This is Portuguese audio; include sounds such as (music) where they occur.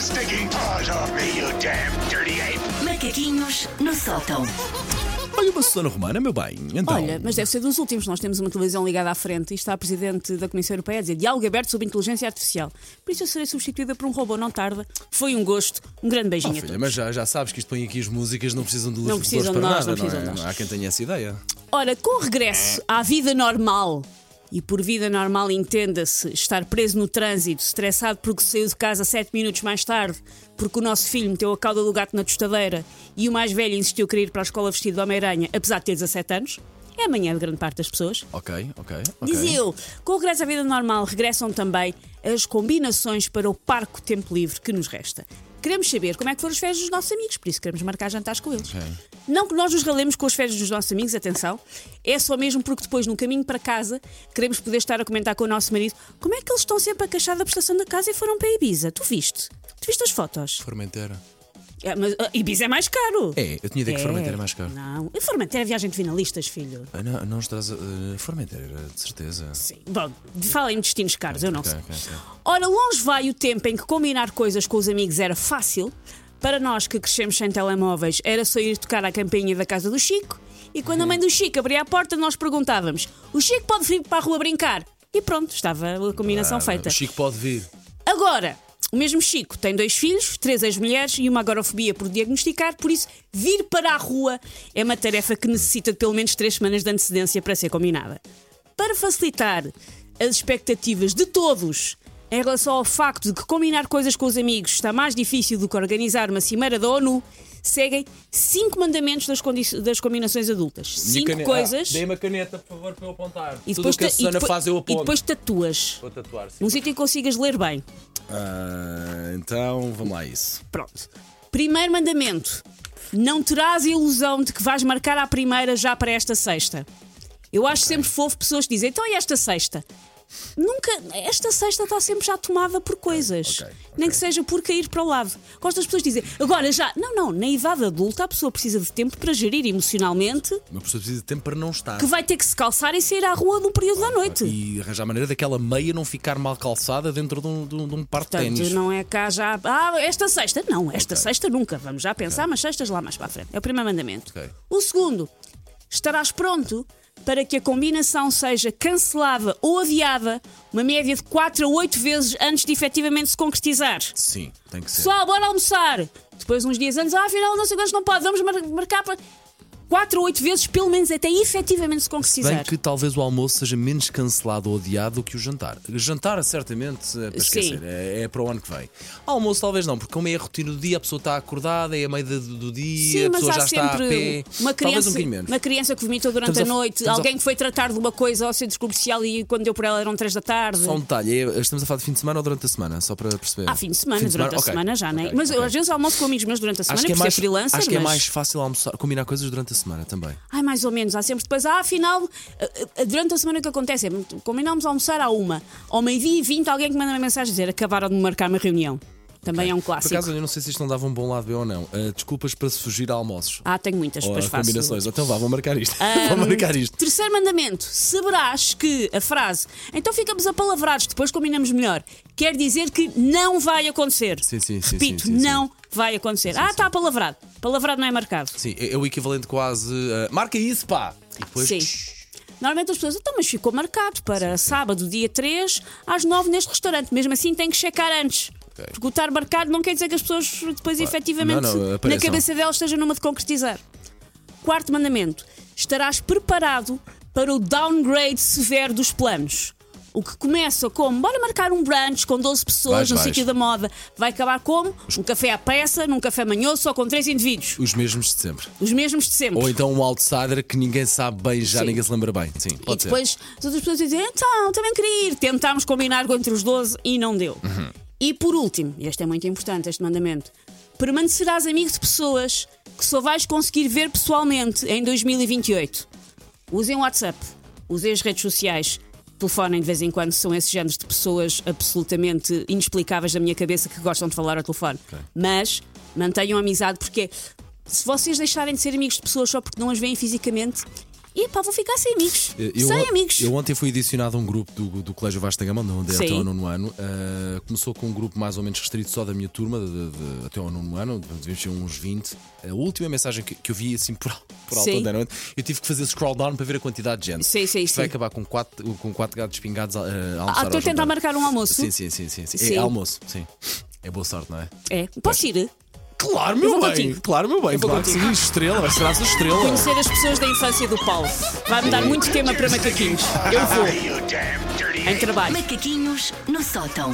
stinking paws off me, you damn dirty ape! Macaquinhos no sótão. Olha uma Susana Romana, meu bem. Então, Olha, mas deve ser dos últimos. Nós temos uma televisão ligada à frente e está a Presidente da Comissão Europeia a dizer diálogo aberto sobre inteligência artificial. Por isso eu serei substituída por um robô, não tarda. Foi um gosto. Um grande Oh, beijinho a filha, todos. mas já, já sabes que isto põe aqui as músicas, não precisam de luz Não precisam de para nada, nós, não precisam de é? nós. Há quem tenha essa ideia. Ora, com o regresso à vida normal, e por vida normal entenda-se estar preso no trânsito, estressado porque saiu de casa sete minutos mais tarde, porque o nosso filho meteu a cauda do gato na tostadeira e o mais velho insistiu querer ir para a escola vestido de Homem-Aranha, apesar de ter 17 anos, é amanhã de grande parte das pessoas. Ok, ok. ok. Diz eu, com o regresso à vida normal, regressam também as combinações para o parco tempo livre que nos resta. Queremos saber como é que foram as férias dos nossos amigos, por isso queremos marcar jantares com eles. Não que nós nos ralemos com as férias dos nossos amigos, atenção, é só mesmo porque depois, no caminho para casa, queremos poder estar a comentar com o nosso marido como é que eles estão sempre a queixar da prestação da casa e foram para Ibiza. Tu viste? Tu viste as fotos? Formentera. É, mas ah, Ibiza é mais caro. É, eu tinha ideia que Formentera é mais caro. Não, e Formentera é viagem de finalistas, filho. Ah, Não, não estás. Uh, Formentera, de certeza. Sim. Bom, falem de destinos caros, eu não Ok, sei. ok, ok. Ora, longe vai o tempo em que combinar coisas com os amigos era fácil. Para nós que crescemos sem telemóveis, era só ir tocar à campainha da casa do Chico. E quando a mãe do Chico abria a porta, nós perguntávamos: O Chico pode vir para a rua brincar? E pronto, estava a combinação feita. Ah, O Chico pode vir. Agora, o mesmo Chico tem dois filhos, três ex-mulheres e uma agorafobia por diagnosticar, por isso, vir para a rua é uma tarefa que necessita de pelo menos três semanas de antecedência para ser combinada. Para facilitar as expectativas de todos em relação ao facto de que combinar coisas com os amigos está mais difícil do que organizar uma cimeira da ONU, seguem cinco mandamentos das, condi- das combinações adultas. Cinco Ah, coisas. Dê-me a caneta, por favor, para eu apontar. e ah, Tudo depois, o que a ta- e Susana depois- faz, eu e aponto. depois tatuas. Vou tatuar, sim. Num sítio em que consigas ler bem. Ah, então, vamos lá a isso. Pronto. Primeiro mandamento: não terás a ilusão de que vais marcar à primeira já para esta sexta. Eu acho sempre fofo pessoas que dizem, então é esta sexta. Nunca, esta sexta está sempre já tomada por coisas. ok, ok. Nem que seja por cair para o lado. Gosto das pessoas dizem, agora já. Não, não, na idade adulta a pessoa precisa de tempo para gerir emocionalmente Uma pessoa precisa de tempo para não estar. que vai ter que se calçar e sair à rua no período da noite. E arranjar maneira daquela meia não ficar mal calçada dentro de um, de um, de um par de Portanto, ténis. não é cá já. Ah, esta sexta. Não, esta sexta nunca. Vamos já pensar, mas sextas lá mais para a frente. É o primeiro mandamento. Ok. O segundo, estarás pronto para que a combinação seja cancelada ou adiada uma média de 4 a 8 vezes antes de efetivamente se concretizar. Sim, tem que ser. Pessoal, bora almoçar! Depois, uns dias antes, ah, afinal, não sei quantos não pode, vamos mar- marcar para. 4 ou 8 vezes, pelo menos, até efetivamente se Bem concretizar. que talvez o almoço seja menos cancelado ou adiado do que o jantar. Jantar, certamente, é para Sim. esquecer, é, é para o ano que vem. Almoço, talvez não, porque como é a rotina do dia, a pessoa está acordada, é a meia do, do dia, Sim, a mas pessoa há já está a sempre pé. uma talvez criança, um bocadinho menos. uma criança que vomitou durante Estamos a a- noite, estamos a- alguém que foi tratar de uma coisa ao centro comercial e quando deu por ela eram três da tarde. Só um detalhe, é- estamos a falar de fim de semana ou durante a semana? Só para perceber. Ah, fim de semana, durante a ok, semana já, nem. ok, mas eu ok. às vezes almoço com amigos meus durante a semana, Acho que, é por mais, ser freelancer, acho que é mas- mais fácil almoçar, combinar coisas durante a semana também. Ai, mais ou menos, há sempre depois, ah, afinal, ah, ah, durante a semana o que acontece é, combinamos almoçar à uma, ao meio-dia e vinte, alguém que manda uma mensagem dizer acabaram de me marcar uma reunião. Também é um Por clássico. acaso, eu não sei se isto não dava um bom lado B ou não. Ah, desculpas para se fugir a almoços. Ah, tenho muitas, ou a depois faço. combinações. Então vá, vou marcar isto. (laughs) vou marcar isto. Terceiro mandamento: saberás que a frase então ficamos apalavrados, depois combinamos melhor, quer dizer que não vai acontecer. Sim, sim, sim, Repito, sim, sim, sim. não vai acontecer. ah, está apalavrado. Palavrado não é marcado. Sim, é é o equivalente quase. a, marca é isso, pá! E depois. Sim. Normalmente as pessoas, então, mas ficou marcado para sábado, dia 3, às 9 neste restaurante. Mesmo assim, tem que checar antes. Ok. Porque o estar marcado não quer dizer que as pessoas depois, efetivamente, Não, não, na apareçam. cabeça delas esteja numa de concretizar. Quarto mandamento: estarás preparado para o downgrade severo dos planos. O que começa como, bora marcar um brunch com 12 pessoas Vais, no vais. sítio da moda, vai acabar como? Um café à peça, num café manhoso, só com três indivíduos. Os mesmos de sempre. Os mesmos de sempre. Ou então um outsider que ninguém sabe bem já, Sim. ninguém se lembra bem. Sim, E pode ser. depois as outras pessoas dizem, então, também queria ir. Tentámos combinar entre os 12 e não deu. Uhum. E por último, e este é muito importante, este mandamento, permanecerás amigo de pessoas que só vais conseguir ver pessoalmente em 2028. Usem o WhatsApp, usem as redes sociais, telefonem de vez em quando, são esses géneros de pessoas absolutamente inexplicáveis da minha cabeça que gostam de falar ao telefone. Mas mantenham a amizade porque se vocês deixarem de ser amigos de pessoas só porque não as veem fisicamente, E pá, vou ficar sem amigos. Eh, Eu, sem amigos. eu ontem fui adicionado a um grupo do, do Colégio Vasta Gama, onde é Sim. até ao nono ano. Ah, começou com um grupo mais ou menos restrito só da minha turma, de, de- até ao nono ano, devíamos ter uns 20. A última mensagem que, que eu vi assim por, al- por alto Sim. da noite, eu tive que fazer scroll down para ver a quantidade de gente. Sim, sim, Isto vai sim. acabar com quatro, com quatro gatos pingados a, a almoçar. Ah, ao estou a tentar jantar. marcar um almoço. Sim, sim, sim, sim, sim. Sim. É almoço, sim. É boa sorte, não é? É. Posso ir? Claro, Eu meu vou bem. contigo. Claro, meu bem. vou Claro que contigo. sim. Estrela, vai ser a estrela. Conhecer as pessoas da infância do Paulo. Vai-me dar muito tema para macaquinhos. Eu vou. You damn dirty Em trabalho. Macaquinhos no sótão.